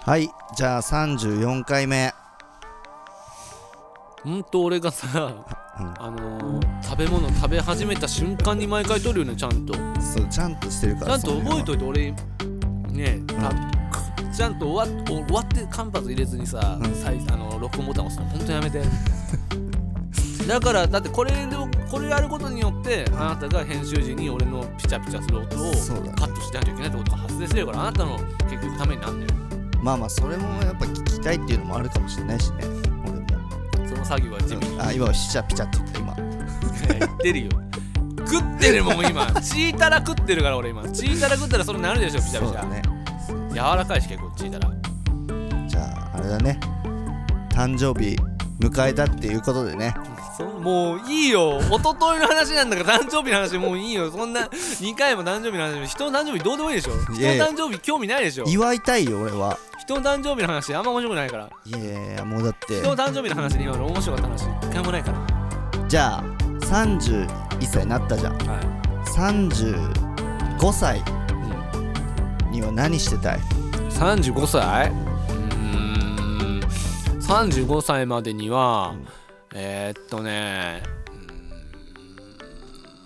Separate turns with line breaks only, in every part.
はいじゃあ34回目
うんと俺がさ、あのー食べ物食べ始めた瞬間に毎回取るよねちゃんとち
そうちゃんとしてるか
ゃ
ら
んと覚えといて俺ねえたくちゃんと終わっ終わって間髪入れずにさ、
うん
再あの録音ボタン押すのほんとやめて だからだってこれでこれやることによってあなたが編集時に俺のピチャピチャする音を
そうだね
カットしなきゃいけないってことが発生してるからあなたの結局ためになんだよ
まあまあそれもやっぱ聞きたいっていうのもあるかもしれないしね俺も
その作業は地味に
うんあ今はシチャピチャって言った今
ね言ってるよ食ってるもん今チータラ食ってるから俺今チータラ食ったらそれなるでしょピチャ
そう
ピチ
だ
ャ、
ね
柔らかいし結構チータラ
じゃああれだね誕生日迎えたっていうことでね
そもういいよ一昨日の話なんだから誕生日の話もういいよそんな2回も誕生日の話も人の誕生日どうでもいいでしょ人の
いやいや
誕生日興味ないでしょ
祝いたいよ俺は
人の誕生日の話あんま面白くないから
いやいやもうだって
人の誕生日の話で今の面白かった話一回もないから
じゃあ31歳になったじゃん
は
35歳には何してたい
い、35歳うーん35歳までには、えー、っとねう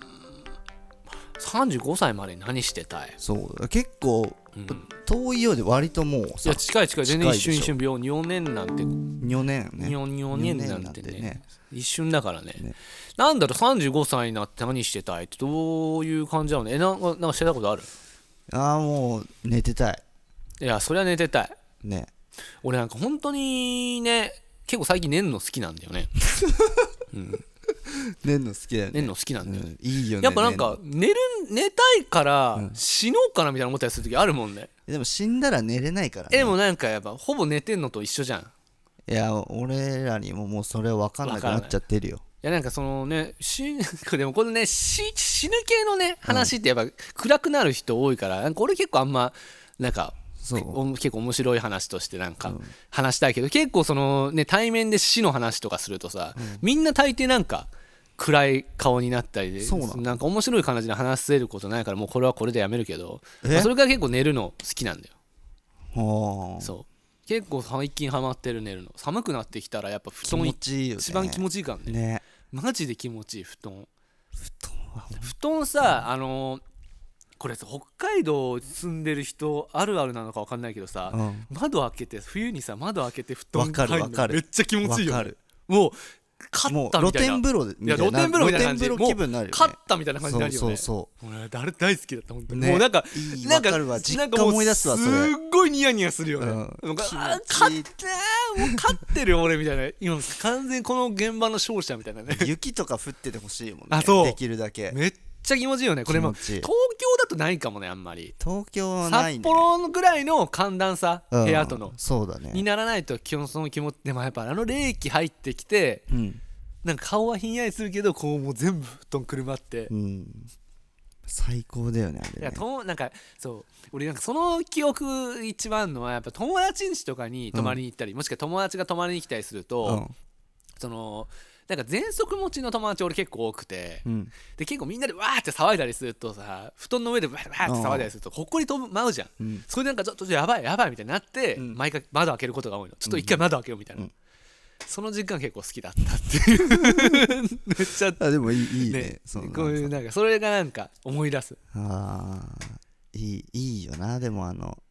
ーん35歳までに何してたい、
そう結構
うん
遠いようで割ともう
い
さ
や近い近い全
近い
然
で
一
しょ
瞬一瞬秒4年なんて
4年よね
日本4年な
四
んてね
ね
一瞬だからね
ね
なんだろう35歳になって何してたいってどういう感じなのねえなんかなんかしてたことある
ああもう寝てたい
いやそれは寝てたい
ね
俺なんか本当にね結構最近寝るの好きなんだよね
寝るの好きだよね
寝るの好きなんだよ、
うんいいよね
やっぱなんか寝る寝たいから死のうかなみたいな思ったりする時あるもんね、
寝るのでも死んだら寝れないから
え
ね
でもなんかやっぱほぼ寝てんのと一緒じゃんい
いや俺らにももうそれは分かんなくなっちゃってるよ
やなんかそのね死で もこのね死死ぬ系のね話ってやっぱ暗くなる人多いからなんか俺結構あんまなんか
そう
お結構面白い話としてなんか話したいけど、結構そのね対面で死の話とかするとさ、みんな大抵なんか暗い顔になったりで
そうなの
んか面白い感じで話せることないからもうこれはこれでやめるけど、
え
まあそれから結構寝るの好きなんだよ
ほー
そう結構最近ハマってる寝るの寒くなってきたらやっぱ布
気
団
持ちいいよね
一番気持ちいいからね
ね
マジで気持ちいい布団
布団は
布団さあのーこれさ北海道住んでる人あるあるなのか分かんないけどさ、
うん
窓開けて冬にさ窓開けて布団
わかる
入んの
わかる
めっちゃ気持ちいいよ
わかる
もう勝
も
っ
う
たみ
露
たいな
天風呂
い
み
や
たい
露
な
天風呂みたいな感じ
露天風呂気分になるよね
もう勝ったみたいな感じになるよね
そうそう
俺誰大好きだった本当に、
ね
もうなんか
いい
なんか
わかるわ実家
なんかもう
思い出すわそれ
すっごいニヤニヤするよね、
うん
なんか
気持ちいい
あー勝ってもう勝ってるよ俺みたいな今完全にこの現場の勝者みたいなね
そう雪とか降っててほしいもんね
あそう
できるだけ
めっちゃ気持ちいいよねこれも
気持ちいい
東京だとないかもねあんまり
東京はない
札
ね
幌ぐらいの寒暖差、
うん
部屋との
そうだね
にならないと基本その気持ちでもやっぱあの冷気入ってきて
うん、
なんか顔はひんやりするけどこうもう全部布団くるまって、
うん、最高だよねあ
い
れ
や
ね
となんかそう俺なんかその記憶一番のはやっぱ友達ん家とかに泊まりに行ったり、もしくは友達が泊まりに来たりすると、
うん
そのなんか喘息持ちの友達俺結構多くて、
うん
で結構みんなでわーって騒いだりするとさ布団の上でわーって騒いだりするとほっこり飛ぶ舞うじゃん、
うん
それでなんかちょっとやばいやばいみたいになって、
ん
毎回窓開けることが多いのちょっと一回窓開けようみたいな、
うん
その時間結構好きだったっていうめっちゃ
あで もいいいいね
ね
その
こういうなんかそれがなんか思い出す
あーいいいいよなでもあの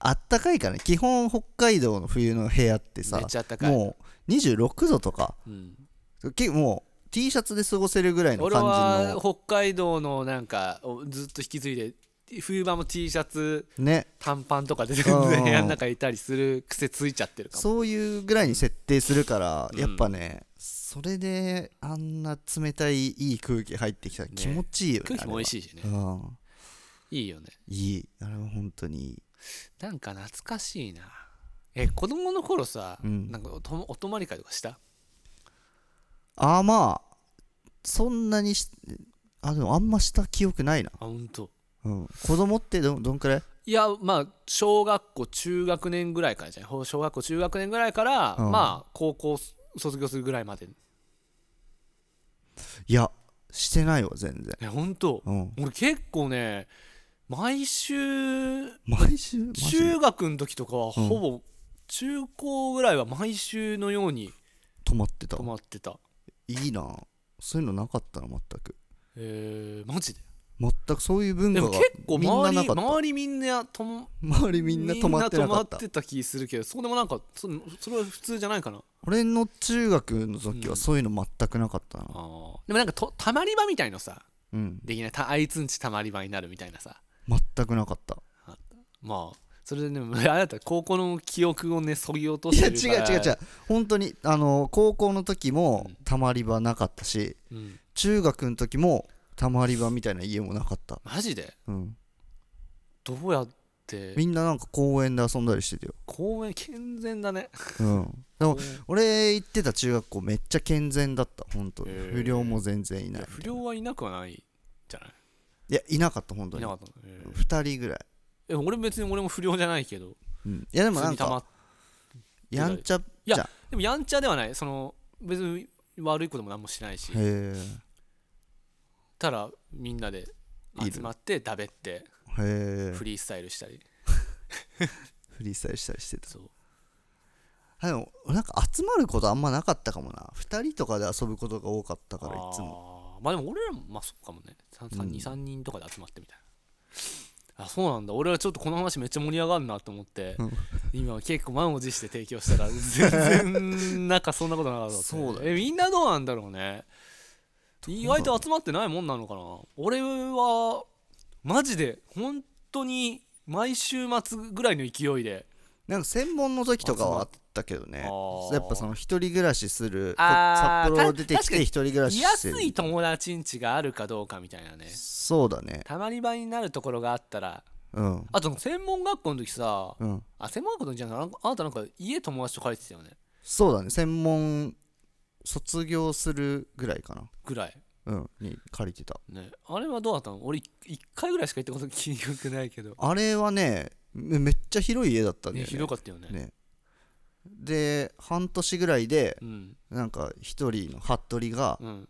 あったかいからね基本北海道の冬の部屋ってさ
めっちゃあったかい
もう26度とか
うん、
けもう T シャツで過ごせるぐらいの
俺
感じ
は
の
北海道のなんかをずっと引き継いで冬場も T シャツ
ね
短パンとかで全然
うん
部屋の中いたりする癖ついちゃってるかも
そういうぐらいに設定するから、
うん
やっぱねそれであんな冷たいいい空気入ってきたら気持ちいいよね
空気も美味
い、
しいしね
あれはうん、
いいよね
いいあれは本当にいい
なんか懐かしいなえ子供の頃さ、
うん
なんかおとお泊まり会とかした
ああまあそんなにしあでもあんました記憶ないな、
あ本当。
うん、子供ってどどんくらい
いやまあ小学校中学年ぐらいからじゃないほ小学校中学年ぐらいから、
うん
まあ高校卒業するぐらいまで
いやしてないわ全然
え本当
うん
俺結構ね毎週
毎週マジ
中学の時とかはほぼ中高ぐらいは毎週のように
止まってた
泊まってた
いいなそういうのなかったな全く
えー、マジで
全くそういう文
で
化
も
が
結構
みんな
周
な
り
かった
周りみんなとも
周りみんな止まってなか
み
っ
んな
た
泊まってた気するけどそうでもなんかそそれは普通じゃないかな
俺の中学の時
う
は
ん
そういうの全くなかったな
あーでもなんかとたまり場みたいのさ
うん
できないたあいつんちたまり場になるみたいなさ
全くなかった
まあそれでねあなた高校の記憶をねそぎ落と
い
し
や
てるから
違う違う違う本当にあの高校の時も
うん
たまり場なかったし
う、ん、
中学の時もたまり場みたいな家もなかった、
マジで
うん、
どうやって
みんななんか公園で遊んだりしてたよ、
公園健全 だね
うん、でも俺行ってた中学校めっちゃ健全だった本当に
へー
不良も全然いない
不良はいなくはないじゃない
いやいなかった本当
い
に
なかったの、えー
2人ぐらい、
え俺別に俺も不良じゃないけど
うん、いやでも
普
な
通
ん
にたま
か
っ
やんちゃ
いや
じゃ
でもやんちゃではないその別に悪いことも何もしないし
へえ
たらみんなで集まってだべって
へえ
フリースタイルしたり
フリースタイルしたりしてた
そう
あでもなんか集まることあんまなかったかもな2人とかで遊ぶことが多かったからいつも
あーまあでも俺らもまあそうかもね
うん
23人とかで集まってみたいな、あそうなんだ俺はちょっとこの話めっちゃ盛り上がるなと思って、
うん
今は結構満を持して提供したら全然なんかそんなことなかったね
そうだ
えみんなどうなんだろうね意外と集まってないもんなのかな俺はマジで本当に毎週末ぐらいの勢いで
なんか専門の時とかはあったけどね
あー
やっぱその一人暮らしするこ
あ
札
ー
幌出て
た
き
確か
て
に
一人暮らし
居や
して
す
る
い友達んちがあるかどうかみたいなね
そうだね
たまり場になるところがあったら
うん
あと専門学校の時さ、
うん
あ専門学校の時じゃないああなたなんか家友達と帰ってたよね
そうだね専門卒業するぐらいかな
ぐらい
うんに借りてた
ねあれはどうだったの俺1回ぐらいしか行ったこと記憶ないけど、
あれはねめめっちゃ広い家だったんだ
ね、
よ
ひ
ね
どかったよね
ねで半年ぐらいで
うん
なんか一人の服部が
うん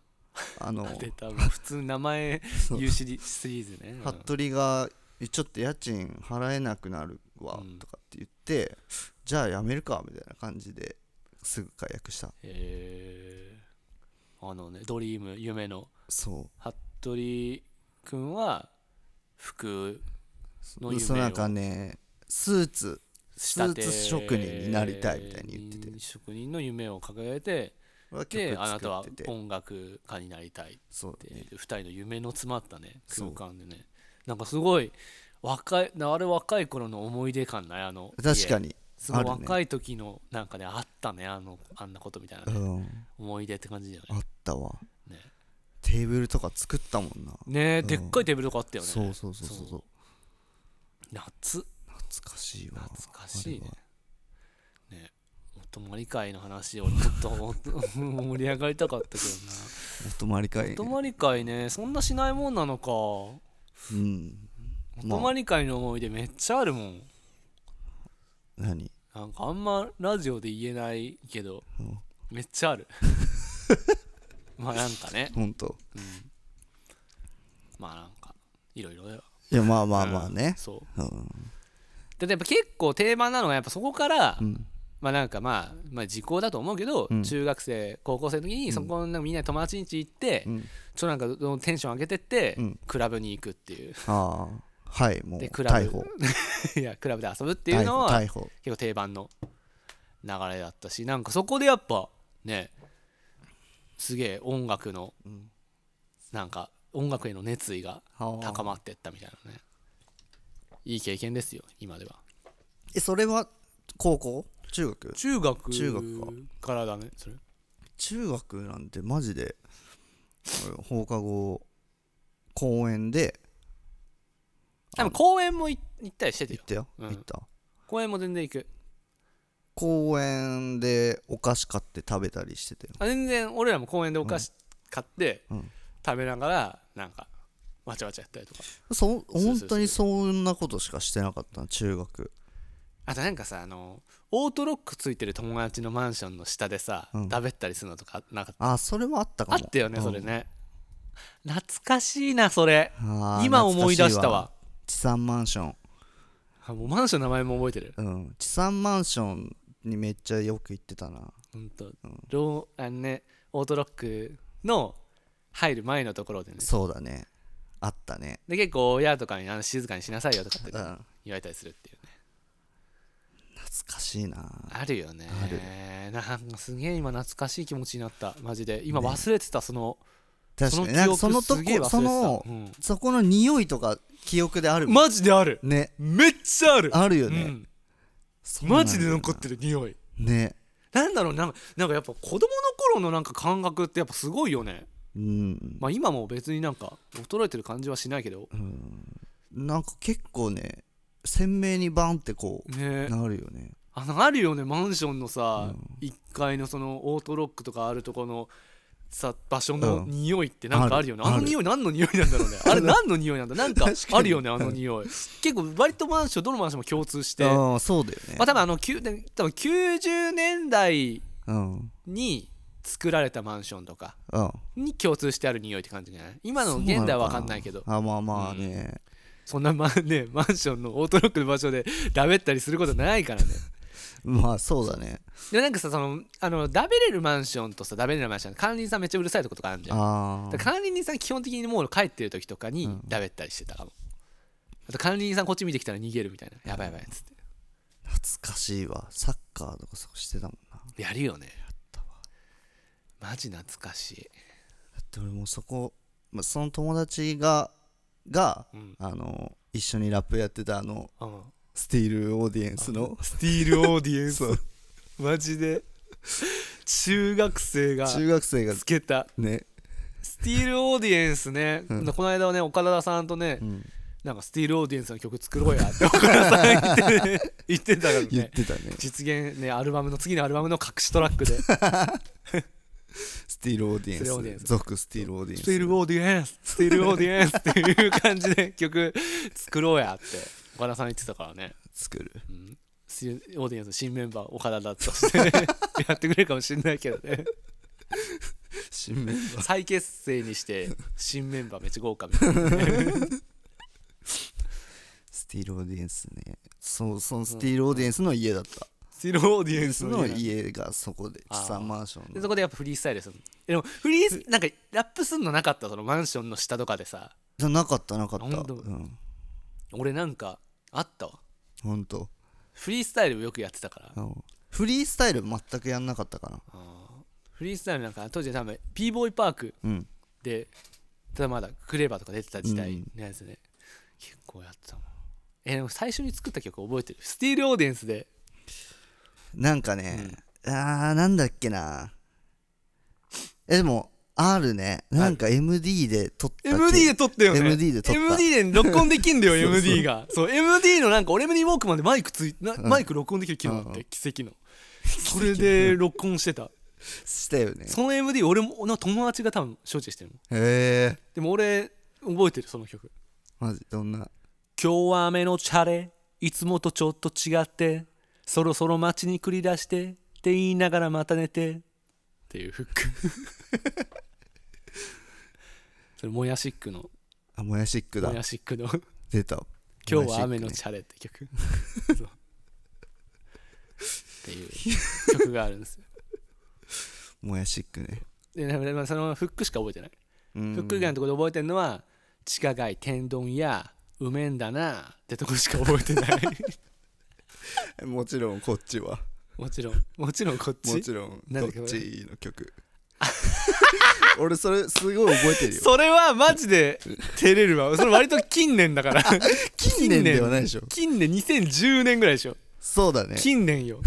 あの
出たもう普通名前言うシリシリーズね、うん
服部が「ちょっと家賃払えなくなるわ
うん」
とかって言って「じゃあやめるか」みたいな感じですぐ解約した
えーあのねドリーム夢の
そ
服部君は服の
う
夢
そ
を
うなんかねスーツ
仕立て
スーツ職人になりたいみたいに言ってて
職人の夢を掲げて
は
で
曲
あなたは
作ってて
音楽家になりたいっ
そう
て
だ
いう
ね
2人の夢の詰まったね
そう
空間でねなんかすごい若いなあれ若い頃の思い出感ないあの
確か
に
に
すごい
あるね
若い時のなんかねあったねあのあんなことみたいな
う
ね
ん
思い出って感じだよね
あったわ
ね
テーブルとか作ったもんな
ねえ
うん
でっかいテーブルとかあったよね
そうそうそうそうそう
夏
懐かしいわ
懐かしいね
あ
ねお泊まり会の話俺もっともっと盛り上がりたかった けどな
れはお泊まり会
お泊まり会ねそんなしないもんなのかお
うんま
泊ま
あ
り会の思い出めっちゃあるもん
何
なんかあんまラジオで言えないけど
うん
めっちゃある まあなんかね
本当
まあなんかいろいろだよ
いやまあまあまあ
うん
ね
そう
うん
だってやっぱ結構定番なのはやっぱそこから、
うん
まあなんかまあ、まあ、時効だと思うけど、
うん
中学生高校生の時にそこのなんかみんなで友達ん家行って、
うん
ちょっとなんかテンション上げてって、
うん
クラブに行くっていう
ああはいもう
でクラブ
逮捕
いやクラブで遊ぶっていう
逮
の
捕
は
逮捕
結構定番の流れだったしなんかそこでやっぱねすげえ音楽の、
ん
なんか音楽への熱意が高まってったみたいなねいい経験ですよ今では
えそれは高校中学
中学
中学か
からだねそれ
中学なんてマジで俺放課後公園で
でも公園もい行ったりしてて
行
よ
ったよ、
うん
行った
公園も全然行く
公園でお菓子買って食べたりしてたよ
あ全然俺らも公園でお菓子買って、
うん
食べながらなんかわちゃわちゃやったりとか
そう
そうそう
本当にそんなことしかしてなかったな中学
あとなんかさあのオートロックついてる友達のマンションの下でさ、
うん
食べったりするのとかなんか
あそれもあったか
あ
も
ったよね、
うん
それね懐かしいなそれ
あー
今思い出したわ
地産マンション、
あもうマンションの名前も覚えてる
うん、地産マンションにめっちゃよく行ってたな
うんとローあのねオートロックの入る前のところでね
そうだねあったね
で結構親とかにあの静かにしなさいよとかって
う
ね
ん
言われたりするっていうね
懐かしいな
あるよね
ある
なんかすげえ今懐かしい気持ちになったマジで今忘れてたその、
確
そ
か
の
になん
記
かその
憶
と
すげえ忘れ
こ
てた
そのそこの匂いとか記憶である
うん、マジである
ね
めっちゃある
あるよ
う
ね、
ん
そうな
マ
んだよ
ジ
な
で残ってる匂い
ね
なんだろうなんかなんかやっぱ子供の頃のなんか感覚ってやっぱすごいよね
うん、
まあ今も別になんか衰えてる感じはしないけど
なんか結構ね鮮明にバンってこう
ね
なるよね
あのあるよねマンションのさ、1階のそのオートロックとかあるとこのさ場所の
うん
匂いってなんかあるよね、
ある
あの匂い何の匂いなんだろうね あれ何の匂いなんだなんか
確かに
あるよねあの匂い結構割とマンションどのマンションも共通してま
ああそうだよね、
あ多分あのきゅうで多分90年代
うん
に作られたマンションとか
うん
に共通してある匂いって感じじゃない今の現代は分かんないけど
あまあまあね、
そんなま、ね、マンションのオートロックの場所で ダベったりすることないからね
まあそうだね
でもなんかさそのあのダベれるマンションとさダベれないマンション管理人さんめっちゃうるさいとことかあるじゃん
あ
だ
あ
から管理人さん基本的にもう帰ってる時とかにダベったりしてたかも、あと管理人さんこっち見てきたら逃げるみたいなやばいやばいっつっ
懐かしいわサッカーとかそうしてたもんな
てやるよねマジ懐かしい
だって俺もうそこ、まあ、その友達がが、
うん
あの一緒にラップやってたあの
うん
スティールオーディエンスの
スティールオーディエンス
そう
マジで中学生が
中学生が
つけた
ね、
スティールオーディエンスね、
ん
この間はね岡田さんとね、
うん、
なんかスティールオーディエンスの曲作ろうや って岡田さん言って,、ね、言ってたから
言っ
ね
てたね
実現ねアルバムの次のアルバムの隠しトラッ クで「
スティールオーディ
スティールオーデ
エ
ィエン
ンス
ス
属スティールオーディエン
ス
ス
ティールオーディエンススティールオーディエンス」っていう感じで曲作ろうやって岡田さん言ってたからね、
作る
うん、スティールオーディエンスの新メンバー岡田だとして、 ね、やってくれるかもしれないけどね
新メンバー
再結成にして新メンバーめっちゃ豪華みたい な
スティールオーディエンスねそうそのスティールオーディエンスの家だった、
スティールオーディエン
ス
ス
ティール
の
オー
家
ディエンスの家がそこで
あ
地
ー
産マンション
で
の
そこでやっぱフリースタイルするのでもフリースなんかラップすんのなかったそのマンションの下とかでさ
じゃなかったなかった
ほんと
うん
俺なんかあったわ
ほんと
フリースタイルよくやってたから
うんフリースタイル全くやんなかったかな
あーフリースタイルなんか当時多分 b ボーイパーク
うん
でただまだクレバーとか出てた時代のやつで、結構やってたもんえでも最初に作った曲覚えてるスティールオーディエンスで
なんかね、あーなんだっけなえでも R ねなんか MD で撮ったけ
MD で撮ったよね
MD で撮った
MD で録音できんだよ
そうそう
MD がそう MD のなんか俺もにウォークマンでマイクついなマイク録音できる機能あっ
うんう
て奇 跡のそれで録音してた
したよね
その MD 俺もの友達が多分承知してるもん
へえ
でも俺覚えてるその曲
マジどんな
今日は雨のチャレいつもとちょっと違ってそろそろ街に繰り出してって言いながらまた寝てってい うフックそれもやしっくの
あもやしっくだ
もやしっくの
出た
「今日は雨の
もやしっ
チャレ」って 曲そうっていう曲があるんですよ
くねもやしっくね
でなんかそのフックしか覚えてない
うん
フック以外のところで覚えてるのは地下街天丼屋うめんだなってとこしか覚えて ない
もちろんこっちは
もちろんもちろんこっち
もちろんこ
なんだっけ
っちの曲俺それすごい覚えてるよ
それはマジで照れるわそれ割と近年だから
近年ではないでしょ
近年2010年ぐらいでしょ
そうだね
近年よ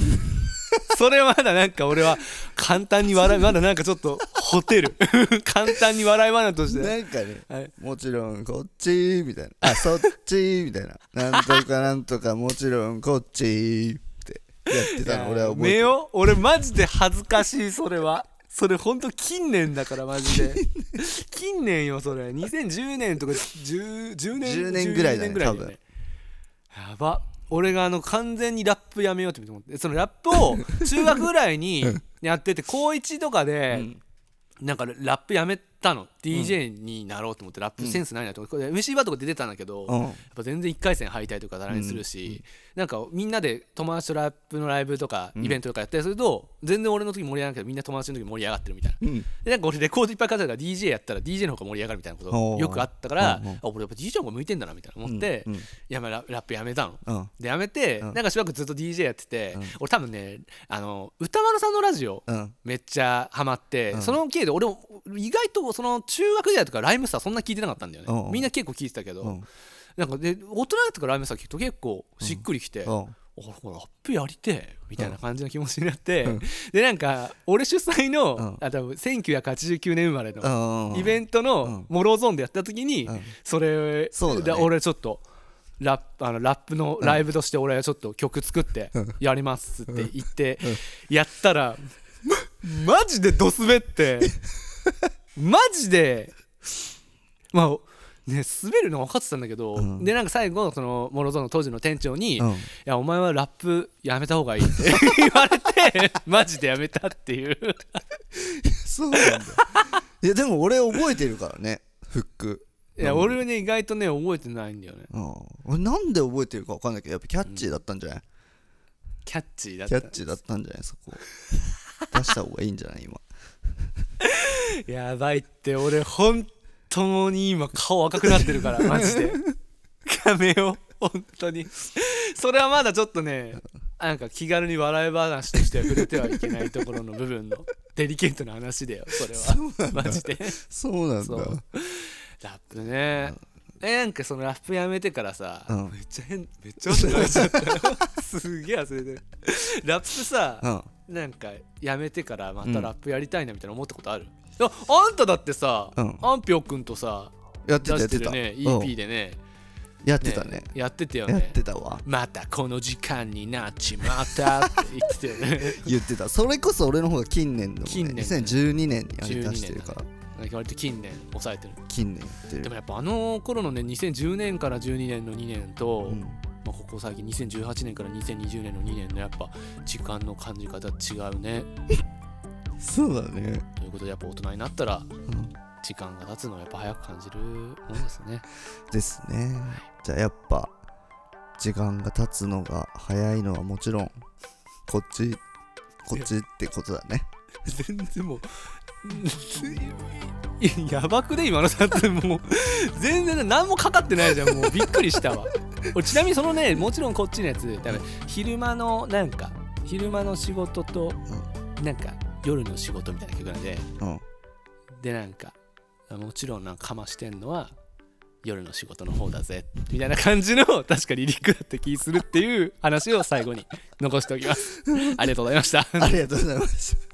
それまだなんか俺は簡単に 笑いまだなんかちょっとホテる 簡単に笑い話として
なんかね
はい
もちろんこっちみたいなあそっちみたいな なんとかなんとかもちろんこっちってやってたの俺は覚え
目
てる
を俺マジで恥ずかしいそれはそれほんと近年だからマジ で近年よそれ2010年とか 10, 10年
10年ぐらいだね
10年よやば俺があの完全にラップやめようって思ってそのラップを中学ぐらいにやってて高1とかで、なんかラップやめったの DJ になろうと思ってラップセンスないなと思って、これ MC バーとかで出てたんだけど、
う
やっ
ん
ぱ全然1回戦敗退とかざらにするし、なんかみんなで友達とラップのライブとかイベントとかやったりすると、全然俺の時盛り上がらなくてみんな友達の時盛り上がってるみたいな、
うん
でなんか俺レコードいっぱい買ってたから DJ やったら DJ の方が盛り上がるみたいなこ
お
と
ー
よくあったから、
うんうん
あ俺やっぱ DJ の方が向いてんだなみたいな思って、
うんうん
やめララップやめたの。
うん
でやめて、
うん
なんかしばらくずっと DJ やってて、
うん
俺多分ねあの歌丸さんのラジオ、
うん
めっちゃハマって、
うん
その経緯で俺も意外とその中学時代とかライムスターそんな聞いてなかったんだよね、
うんうん
みんな結構聞いてたけど、
うん
なんかで大人とかライムスター聞くと結構しっくりきて、
うん
おラップやりてえみたいな感じの気持ちになって、でなんか俺主催の、
うん
あ多分1989年生まれの
うん
イベントのモローゾーンでやった時に、
うん
それ
そうだね
で俺ちょっとラップあのラップのライブとして俺はちょっと曲作ってやりますって言ってやったら、まマジでドスベって マジでまあね滑るの分かってたんだけど、
うん
でなんか最後そのモロゾーンの当時の店長に、
うん
いやお前はラップやめた方がいいって言わ れてマジでやめたっていう
そうなん だいやでも俺覚えてるからねフック
いや俺はね意外とね覚えてないんだよね
うん俺なんで覚えてるか分かんないけどやっぱキャッチーだったんじゃない
キャッチーだっ
キ
た
ャッチーだったんじゃないそこ出した方がいいんじゃない今
やばいって俺本当に今顔赤くなってる からマジでやめよう本当にそれはまだちょっとねなんか気軽に笑い話としては触れてはいけないところの部分のデリケートな話だよそれはマジで
そうなんだ
そうラップねえなんかそのラップやめてからさ、
うん
めっちゃ変めっちゃ面白い ちゃったすげえ忘れてるラップさ、
うん
なんかやめてからまたラップやりたいなみたいな思ったことある、ああんただってさ、
うん
あんぴょくんとさ
やって
出
たやっ
してて
た
るね
うん
EP でね
やってたね
やってたよ
やっ
ね
てたわ
またこの時間になっちまったって言ってたよね
言ってたそれこそ俺の方が近年の
近
も
年
ね
ね
2012年にあれ出してるから
なんか割と近年抑えてる
近年やって
で
る
もやっぱあの頃のね2010年から12年の2年と、
うん
まあ、ここ最近2018年から2020年の2年のやっぱ時間の感じ方違うね
そうだね
ということでやっぱ大人になったら
うん
時間が経つのはやっぱ早く感じるものですね
ですねじゃあやっぱ時間が経つのが早いのはもちろんこっちこっちってことだね
全然もういややばくね今のさってもう全然ね何もかかってないじゃんもうびっくりしたわ俺ちなみにそのねもちろんこっちのやつ多分昼間のなんか昼間の仕事となんか夜の仕事みたいな曲なんで
うん
でなんかもちろんなんかかましてんのは夜の仕事の方だぜみたいな感じの確かリリックだった気するっていう話を最後に残しておきますありがとうございました
ありがとうございます